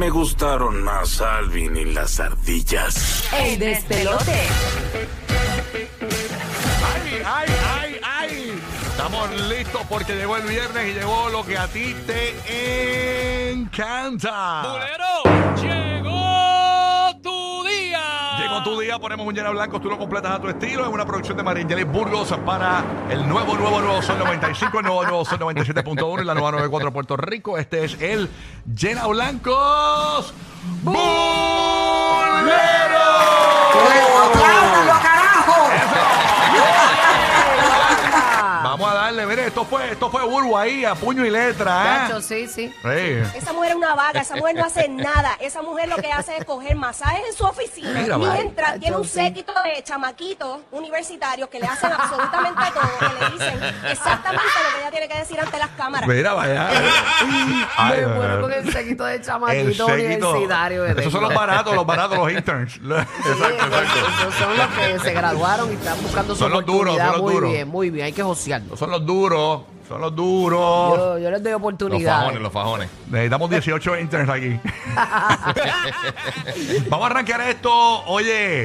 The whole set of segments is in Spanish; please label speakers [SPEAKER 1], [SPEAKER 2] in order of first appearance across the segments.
[SPEAKER 1] Me gustaron más Alvin y las ardillas.
[SPEAKER 2] El despelote.
[SPEAKER 3] ¡Ay, ay, ay, ay! Estamos listos porque llegó el viernes y llegó lo que a ti te encanta.
[SPEAKER 4] ¡Bulero! ¡Llegó tu día!
[SPEAKER 3] Llegó tu día, ponemos un llena blanco, tú lo completas a tu estilo. Es una producción de Maringelis Burgos para el nuevo, nuevo, nuevo Sol 95, el nuevo, nuevo Sol 97.1 y la nueva 94 de Puerto Rico. Este es el llena blancos. ¡Bulero!
[SPEAKER 2] ¡Cámalo, carajo!
[SPEAKER 3] Vamos a darle, mire, esto fue, esto fue burbu ahí, a puño y letra,
[SPEAKER 5] Chacho,
[SPEAKER 3] ¿eh?
[SPEAKER 5] sí, sí.
[SPEAKER 3] Ey.
[SPEAKER 6] Esa mujer es una vaga, esa mujer no hace nada. Esa mujer lo que hace es coger masajes en su oficina.
[SPEAKER 3] Mira, vale.
[SPEAKER 6] mientras tiene un séquito de chamaquitos universitarios que le hacen absolutamente todo, que le dicen exactamente lo que ella tiene que decir ante las cámaras.
[SPEAKER 3] Mira, vaya. Ay,
[SPEAKER 5] Me muero
[SPEAKER 3] ay,
[SPEAKER 5] con el seguito de
[SPEAKER 3] el
[SPEAKER 5] chamaquito
[SPEAKER 3] séquito.
[SPEAKER 5] universitario. de
[SPEAKER 3] Esos son los
[SPEAKER 5] verdad.
[SPEAKER 3] baratos, los baratos, los interns. exacto, exacto.
[SPEAKER 5] Esos son los que se graduaron y están buscando su
[SPEAKER 3] Son los duros,
[SPEAKER 5] oportunidad.
[SPEAKER 3] son los
[SPEAKER 5] muy
[SPEAKER 3] duros.
[SPEAKER 5] bien, muy bien. Hay que josearlos.
[SPEAKER 3] Son los duros, son los duros.
[SPEAKER 5] Yo, yo les doy
[SPEAKER 4] Los
[SPEAKER 5] oportunidades.
[SPEAKER 4] fajones, los fajones.
[SPEAKER 3] Necesitamos 18 interns aquí. vamos a arrancar esto. Oye,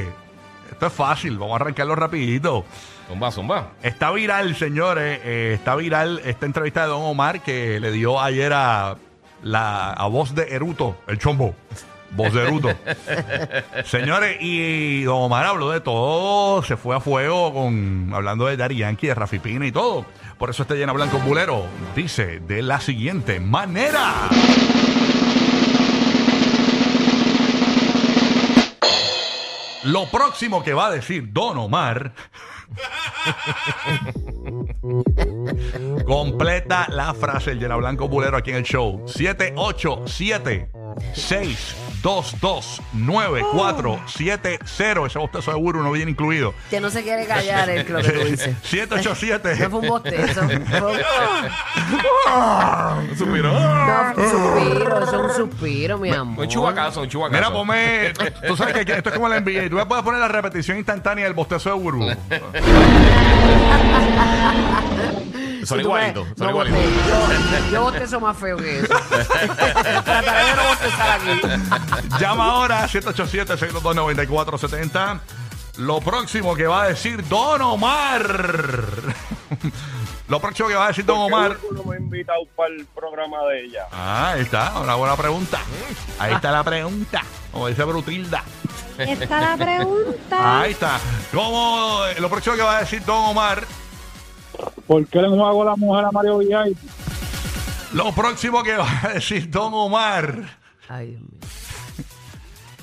[SPEAKER 3] esto es fácil, vamos a arrancarlo rapidito.
[SPEAKER 4] Zumba, zumba.
[SPEAKER 3] Está viral, señores. eh, está viral esta entrevista de Don Omar que le dio ayer a la a voz de Eruto, el chombo. Voz de Eruto. señores, y Don Omar habló de todo, se fue a fuego con hablando de Dari Yankee, de Rafi Pina y todo. Por eso este llena blanco bulero dice de la siguiente manera. Lo próximo que va a decir Don Omar Completa la frase el Llena Blanco Bulero aquí en el show. 787 622 9470 Ese bostezo de burro no viene incluido.
[SPEAKER 5] Que no se quiere callar el que lo que tú dices.
[SPEAKER 3] 787
[SPEAKER 5] No fue un bostezo. Fue-
[SPEAKER 3] Ah,
[SPEAKER 4] Suspiró.
[SPEAKER 5] No, fue un suspiro, eso es un suspiro, mi amor.
[SPEAKER 4] Un chubacazo, un chubacazo.
[SPEAKER 3] Mira, ponme. Tú sabes que aquí- esto es como la NBA. Tú me puedes poner la repetición instantánea del bostezo de burro.
[SPEAKER 4] Son
[SPEAKER 5] Tú me-
[SPEAKER 4] igualitos, son
[SPEAKER 5] no
[SPEAKER 4] igualitos.
[SPEAKER 5] boté. Yo, yo bostezo más feo que eso. Trataré de no bostezar aquí.
[SPEAKER 3] Llama ahora 787 622 9470 Lo próximo que va a decir Don Omar. Lo próximo que va a decir Don Omar.
[SPEAKER 7] no me ha invitado para el programa de ella.
[SPEAKER 3] Ah, ahí está, una buena pregunta. Ahí está la pregunta, como dice Brutilda.
[SPEAKER 6] Está la pregunta.
[SPEAKER 3] Ahí está. ¿Cómo eh, lo próximo que va a decir Don Omar?
[SPEAKER 7] ¿Por qué le hago la mujer a Mario Villay?
[SPEAKER 3] Lo próximo que va a decir Don Omar.
[SPEAKER 5] Ay, Dios mío.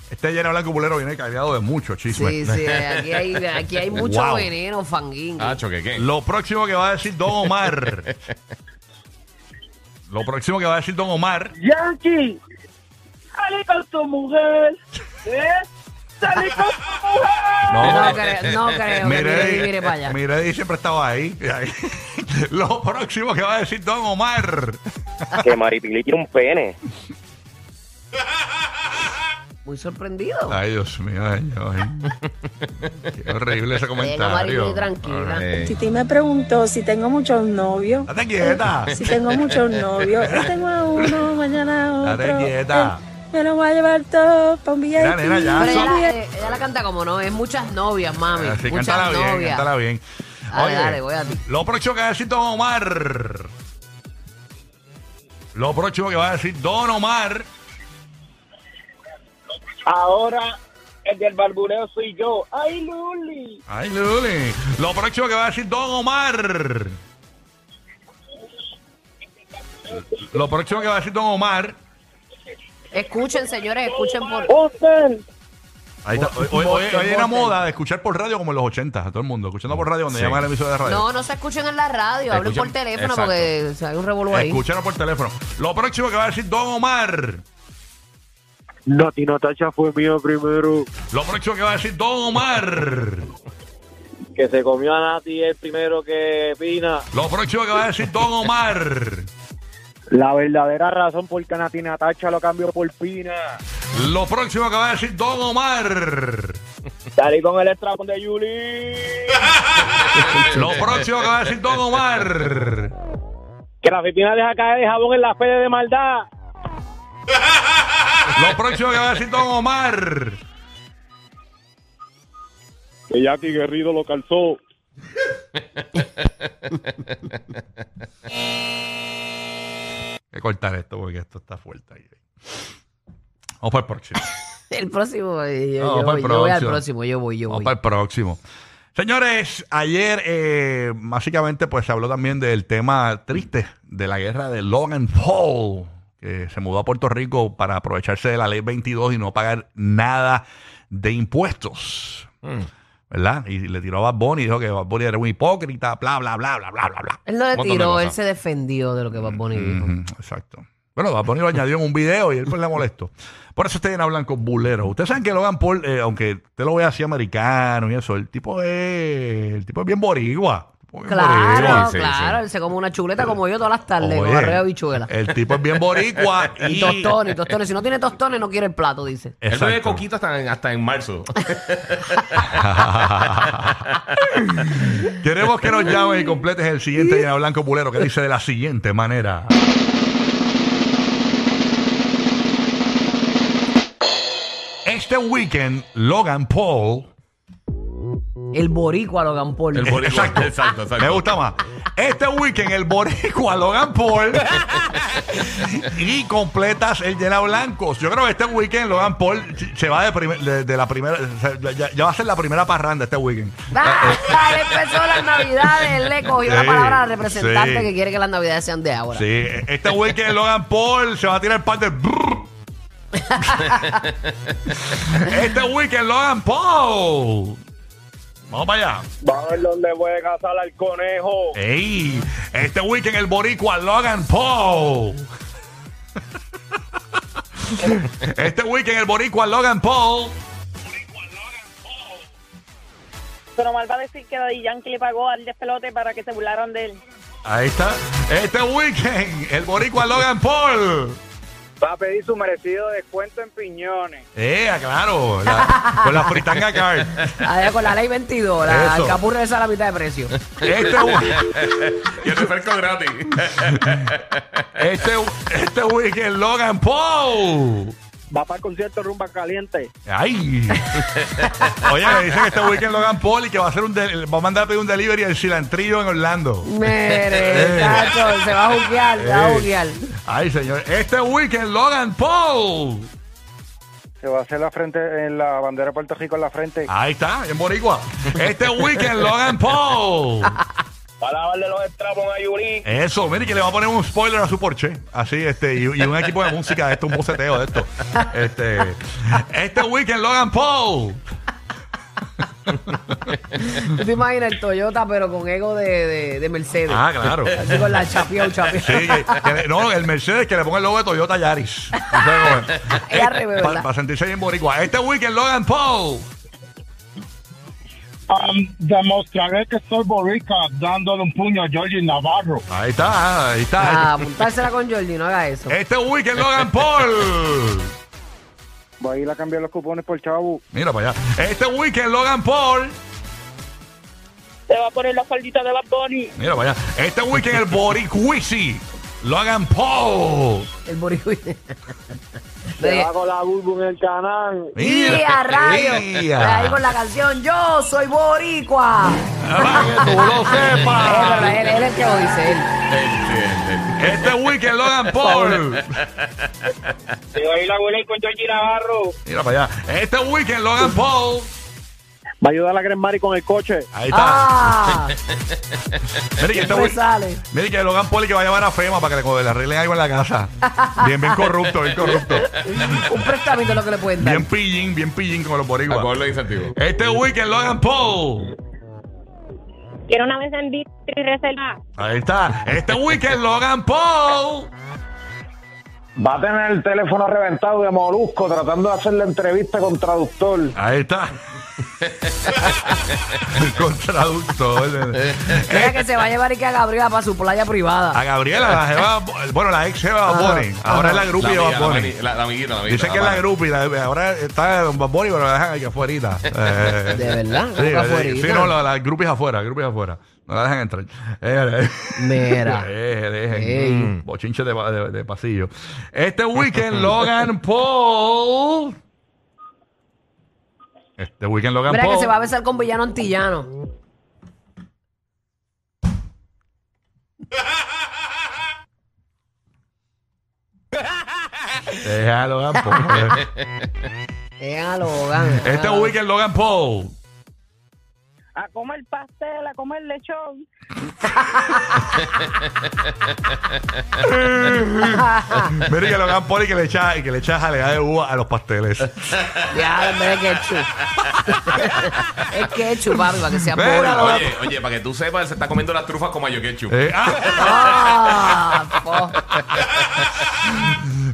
[SPEAKER 3] Este lleno blanco bulero viene cargado de mucho chisme.
[SPEAKER 5] Sí, sí, aquí hay, aquí hay mucho
[SPEAKER 3] Wow.
[SPEAKER 5] veneno, fanguín.
[SPEAKER 4] Ah, choque, ¿qué?
[SPEAKER 3] Lo próximo que va a decir Don Omar. lo próximo que va a decir Don Omar.
[SPEAKER 7] ¡Yankee! ¡Salí con tu mujer! ¿Eh? ¡Salí con tu mujer!
[SPEAKER 5] No, creo, no creo. que Mire,
[SPEAKER 3] Mire,
[SPEAKER 5] mire para allá.
[SPEAKER 3] Mire, siempre estaba ahí. Ahí. Lo próximo que va a decir Don Omar.
[SPEAKER 8] que Maripili tiene un pene.
[SPEAKER 5] Muy sorprendido.
[SPEAKER 3] Ay, Dios mío, ay, ay. Qué horrible ese
[SPEAKER 5] Venga,
[SPEAKER 3] comentario.
[SPEAKER 5] Maribel, tranquila.
[SPEAKER 4] Eh,
[SPEAKER 9] Titi me preguntó si tengo muchos novios.
[SPEAKER 3] Date quieta.
[SPEAKER 9] Si tengo muchos novios. Yo tengo a uno, mañana a otro.
[SPEAKER 3] Date quieta.
[SPEAKER 9] Me lo voy a llevar todo para un VIP.
[SPEAKER 3] Mira, nena, ya.
[SPEAKER 5] Pero
[SPEAKER 3] son-
[SPEAKER 5] ella, la- eh, ella la canta como no, es muchas novias, mami.
[SPEAKER 3] Así,
[SPEAKER 5] muchas
[SPEAKER 3] cántala
[SPEAKER 5] novias.
[SPEAKER 3] bien, cántala bien.
[SPEAKER 5] Dale, dale, voy a ti.
[SPEAKER 3] Lo próximo que va a decir Don Omar. Lo próximo que va a decir Don Omar.
[SPEAKER 7] Ahora el del barbuleo soy yo. ¡Ay, Luli!
[SPEAKER 3] Ay, Luli. Lo próximo que va a decir Don Omar. Lo próximo que va a decir Don Omar.
[SPEAKER 5] Escuchen, señores, escuchen por.
[SPEAKER 7] ¡Oster!
[SPEAKER 3] Ahí está. Hoy, hoy- hoy-
[SPEAKER 5] Voten,
[SPEAKER 3] hoy hay una
[SPEAKER 5] voten.
[SPEAKER 3] moda de escuchar por radio como en los 80, a todo el mundo. Escuchando por radio cuando
[SPEAKER 4] Sí.
[SPEAKER 3] llaman a la emisora de radio.
[SPEAKER 5] No, no se escuchen en la radio,
[SPEAKER 4] Se
[SPEAKER 5] hablen por
[SPEAKER 4] escuchan-
[SPEAKER 5] teléfono
[SPEAKER 4] exacto.
[SPEAKER 5] porque o sea, hay un revolú ahí.
[SPEAKER 3] Escucharon por teléfono. Lo próximo que va a decir Don Omar.
[SPEAKER 7] Nati Natacha fue mío primero.
[SPEAKER 3] Lo próximo que va a decir Don Omar.
[SPEAKER 7] Que se comió a Nati el primero que Pina.
[SPEAKER 3] Lo próximo que va a decir Don Omar.
[SPEAKER 7] La verdadera razón por qué Nati Natacha lo cambió por Pina.
[SPEAKER 3] Lo próximo que va a decir Don Omar.
[SPEAKER 7] Salí con el estrapón de Yuli.
[SPEAKER 3] Lo próximo que va a decir Don Omar.
[SPEAKER 7] Que la Filipina deja caer el jabón en la fe de maldad.
[SPEAKER 3] Lo próximo que va a decir Don Omar.
[SPEAKER 8] Que Jackie Guerrido lo calzó.
[SPEAKER 3] Hay que cortar esto porque esto está fuerte ahí. Vamos para el próximo.
[SPEAKER 5] El próximo, eh, yo,
[SPEAKER 3] No,
[SPEAKER 5] yo,
[SPEAKER 3] para el
[SPEAKER 5] voy, yo voy al
[SPEAKER 3] próximo.
[SPEAKER 5] próximo, yo voy, yo
[SPEAKER 3] Vamos para
[SPEAKER 5] voy.
[SPEAKER 3] el próximo. Señores, ayer eh, básicamente pues se habló también del tema triste de la guerra de Logan Paul, que se mudó a Puerto Rico para aprovecharse de la ley 22 y no pagar nada de impuestos. ¿Verdad? Y le tiró a Bad Bunny, dijo que Bad Bunny era un hipócrita, bla, bla, bla, bla, bla, bla, bla.
[SPEAKER 5] Él no le
[SPEAKER 4] Montón de
[SPEAKER 5] tiró, él
[SPEAKER 4] cosas.
[SPEAKER 5] se defendió de lo que Bad Bunny dijo.
[SPEAKER 3] Ujú, Exacto. Bueno, Bad Bunny lo añadió en un video y él pues le molestó. Por eso este ustedes hablan con buleros. Ustedes saben que Logan Paul, eh, aunque te lo vea así americano y eso, el tipo es, el tipo es bien borigua. El tipo es bien
[SPEAKER 5] Claro,
[SPEAKER 4] sí, sí.
[SPEAKER 5] claro, él se come una chuleta como yo todas las tardes,
[SPEAKER 3] Oye,
[SPEAKER 5] con arroz y habichuela.
[SPEAKER 3] El tipo es bien boricua y...
[SPEAKER 5] Y tostones, y tostones. Si no tiene tostones, no quiere el plato, dice.
[SPEAKER 4] Él bebe
[SPEAKER 3] Exacto.
[SPEAKER 4] coquito hasta en, hasta en marzo.
[SPEAKER 3] Queremos que nos llamen y completes el siguiente llena blanco bulero que dice de la siguiente manera. Este weekend, Logan Paul
[SPEAKER 5] El boricua Logan Paul.
[SPEAKER 4] El boricua.
[SPEAKER 3] Exacto.
[SPEAKER 4] Exacto, exacto.
[SPEAKER 3] Me gusta más. Este weekend el boricua Logan Paul y completas el llena blancos. Yo creo que este weekend Logan Paul se va de, primer- de- de la primera, se- ya, ya va a ser la primera parranda este weekend.
[SPEAKER 5] Ah, él empezó las navidades, él le cogió la
[SPEAKER 3] Sí,
[SPEAKER 5] palabra al representante
[SPEAKER 3] sí.
[SPEAKER 5] que quiere que las navidades sean de ahora.
[SPEAKER 3] Sí, este weekend Logan Paul se va a tirar el par de. este weekend Logan Paul. Vamos para allá.
[SPEAKER 8] Va a ver dónde puede cazar al conejo.
[SPEAKER 3] Ey, este weekend el boricua Logan Paul. Este weekend el boricua Logan Paul.
[SPEAKER 9] Pero mal va a decir que Daddy Yankee le pagó al despelote para que se burlaran de él.
[SPEAKER 3] Ahí está. Este weekend el boricua Logan Paul.
[SPEAKER 8] Va a pedir su merecido descuento en piñones.
[SPEAKER 3] Eh, claro. la- con la fritanga card.
[SPEAKER 5] Ahí con la ley 22, la
[SPEAKER 3] Eso.
[SPEAKER 5] alcapurra esa a la mitad de precio.
[SPEAKER 3] Este, we-
[SPEAKER 4] y el refresco gratis.
[SPEAKER 3] este, este weekend Logan Paul.
[SPEAKER 8] Va para el concierto Rumba Caliente.
[SPEAKER 3] Ay. Oye, me dicen que este weekend Logan Paul y que va a hacer un del- va a mandar a pedir un delivery al cilantrillo en Orlando.
[SPEAKER 5] Mire, chacho, se va a juquear, se va a
[SPEAKER 3] Ey.
[SPEAKER 5] juquear.
[SPEAKER 3] Ay, señor. Este weekend, Logan Paul.
[SPEAKER 8] Se va a hacer la frente en la bandera de Puerto Rico en la frente.
[SPEAKER 3] Ahí está, en Boricua. Este weekend, Logan Paul.
[SPEAKER 8] Va a lavarle los estrabos a Yuri.
[SPEAKER 3] Eso, mire que le va a poner un spoiler a su Porsche. Así, este, y, y un equipo de música de esto, un boceteo de esto. Este, este weekend, Logan Paul.
[SPEAKER 5] ¿Tú te imaginas el Toyota, pero con ego de, de, de Mercedes?
[SPEAKER 3] Ah, claro.
[SPEAKER 5] Así con la chapia o chapia.
[SPEAKER 3] Sí, que- que le- no, el Mercedes que le ponga el logo de Toyota Yaris.
[SPEAKER 5] Es al revés,
[SPEAKER 3] Para
[SPEAKER 5] ¿verdad?
[SPEAKER 3] sentirse bien boricua. Este weekend, Logan Paul.
[SPEAKER 7] Um, demostraré que soy borica dándole un puño a Georgie Navarro.
[SPEAKER 3] Ahí está, ahí
[SPEAKER 5] Ah,
[SPEAKER 3] está.
[SPEAKER 5] apuntársela con Jordi, no haga eso.
[SPEAKER 3] Este weekend, Logan Paul.
[SPEAKER 8] Va a ir a cambiar los cupones por chavo.
[SPEAKER 3] Mira para allá. Este weekend Logan Paul.
[SPEAKER 9] Se va a poner la faldita de Bad Bunny.
[SPEAKER 3] Mira para allá. Este weekend el Boricuisi. Logan Paul.
[SPEAKER 5] El boricua.
[SPEAKER 8] Le hago la burbu en el canal.
[SPEAKER 5] Y a rayo.
[SPEAKER 3] Mira.
[SPEAKER 5] Ahí con la canción Yo soy boricua.
[SPEAKER 3] Para que tú lo
[SPEAKER 5] Eh, pero
[SPEAKER 3] sepas.
[SPEAKER 5] él, él es el que lo dice, él.
[SPEAKER 3] Este weekend Logan Paul.
[SPEAKER 8] Se va a ir a huele con Georgie Navarro.
[SPEAKER 3] Mira para allá. Este weekend Logan Paul.
[SPEAKER 8] Va a ayudar a la Gran Mari con el coche.
[SPEAKER 3] Ahí está.
[SPEAKER 5] Ah,
[SPEAKER 3] Mira que este
[SPEAKER 5] siempre
[SPEAKER 3] weekend.
[SPEAKER 5] sale.
[SPEAKER 3] Mire que Logan Paul y que va a llamar a FEMA para que le, le arreglen algo en la casa. Bien, bien corrupto, bien corrupto.
[SPEAKER 5] Un prestamito es lo que le pueden dar.
[SPEAKER 3] Bien pillín, bien pillín con los
[SPEAKER 4] Al
[SPEAKER 3] boricuas.
[SPEAKER 4] pueblo de incentivo.
[SPEAKER 3] Este weekend Logan Paul.
[SPEAKER 9] Quiero una vez en Vitri reserva.
[SPEAKER 3] Ahí está. Este weekend Logan Paul.
[SPEAKER 8] Va a tener el teléfono reventado de Molusco tratando de hacer la entrevista con traductor.
[SPEAKER 3] Ahí está. Contraductor.
[SPEAKER 5] Mira que se va a llevar y que a Gabriela para su playa privada.
[SPEAKER 3] A Gabriela, la jeva, bueno, la ex jeva Bad Bunny. Ahora es la
[SPEAKER 4] La,
[SPEAKER 3] groupie de
[SPEAKER 4] amiga,
[SPEAKER 3] Bad
[SPEAKER 4] la,
[SPEAKER 3] Bunny.
[SPEAKER 4] mani- la- la amiguita, la amiguita.
[SPEAKER 3] Dice que es
[SPEAKER 4] la
[SPEAKER 3] la
[SPEAKER 4] mala.
[SPEAKER 3] grupi, ahora está Don Bad Bunny, pero la dejan aquí afuera.
[SPEAKER 5] ¿De verdad?
[SPEAKER 3] Sí,
[SPEAKER 5] ¿Nunca
[SPEAKER 3] sí,
[SPEAKER 5] afuerita?
[SPEAKER 3] sí, no, la, la grupi es afuera, grupi es afuera. No la dejan entrar. Eh,
[SPEAKER 5] Mira.
[SPEAKER 3] Eh, dejen.
[SPEAKER 5] Ey.
[SPEAKER 3] Mm, Bochinche de, pa- de- de pasillo. Este weekend, Logan Paul. Este weekend, Logan
[SPEAKER 5] Mira
[SPEAKER 3] Paul.
[SPEAKER 5] que se va a besar con villano antillano.
[SPEAKER 3] Deja a Logan Paul.
[SPEAKER 5] Déjalo, Logan.
[SPEAKER 3] este
[SPEAKER 5] déjalo.
[SPEAKER 3] weekend, Logan Paul.
[SPEAKER 9] A comer pastel, a comer lechón.
[SPEAKER 3] Mira que Logan Paul y que le echa, y que le echa jalea de uva a los pasteles.
[SPEAKER 5] Ya, en vez de ketchup. es ketchup, papi, para que sea
[SPEAKER 3] Mira,
[SPEAKER 5] pobre.
[SPEAKER 3] Logan.
[SPEAKER 4] Oye, oye, para que tú sepas, él se está comiendo las trufas con mayo ketchup.
[SPEAKER 3] Eh, ah.
[SPEAKER 5] Ah, po.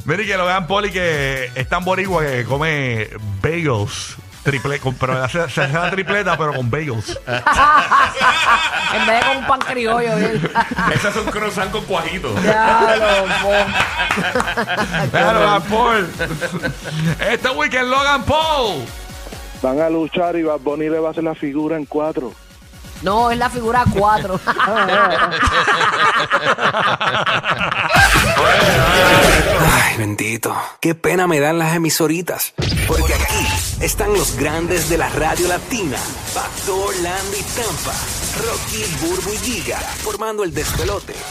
[SPEAKER 3] Mire que Logan Paul y que es tan boricua que come bagels. Triple, con- pero hace- se hace la tripleta, pero con bagels.
[SPEAKER 5] En vez de con un pan criollo, bien.
[SPEAKER 4] Ese es un croissant con cuajito.
[SPEAKER 5] Diablo, po.
[SPEAKER 3] Mira, Logan Paul. Este weekend, Logan Paul.
[SPEAKER 8] Van a luchar y Bad Bunny le va a hacer la figura en cuatro.
[SPEAKER 5] No, es la figura 4.
[SPEAKER 10] Ay, bendito. Qué pena me dan las emisoritas. Porque aquí están los grandes de la radio latina. Factor, Landy, Tampa. Rocky, Burbu y Giga. Formando el despelote.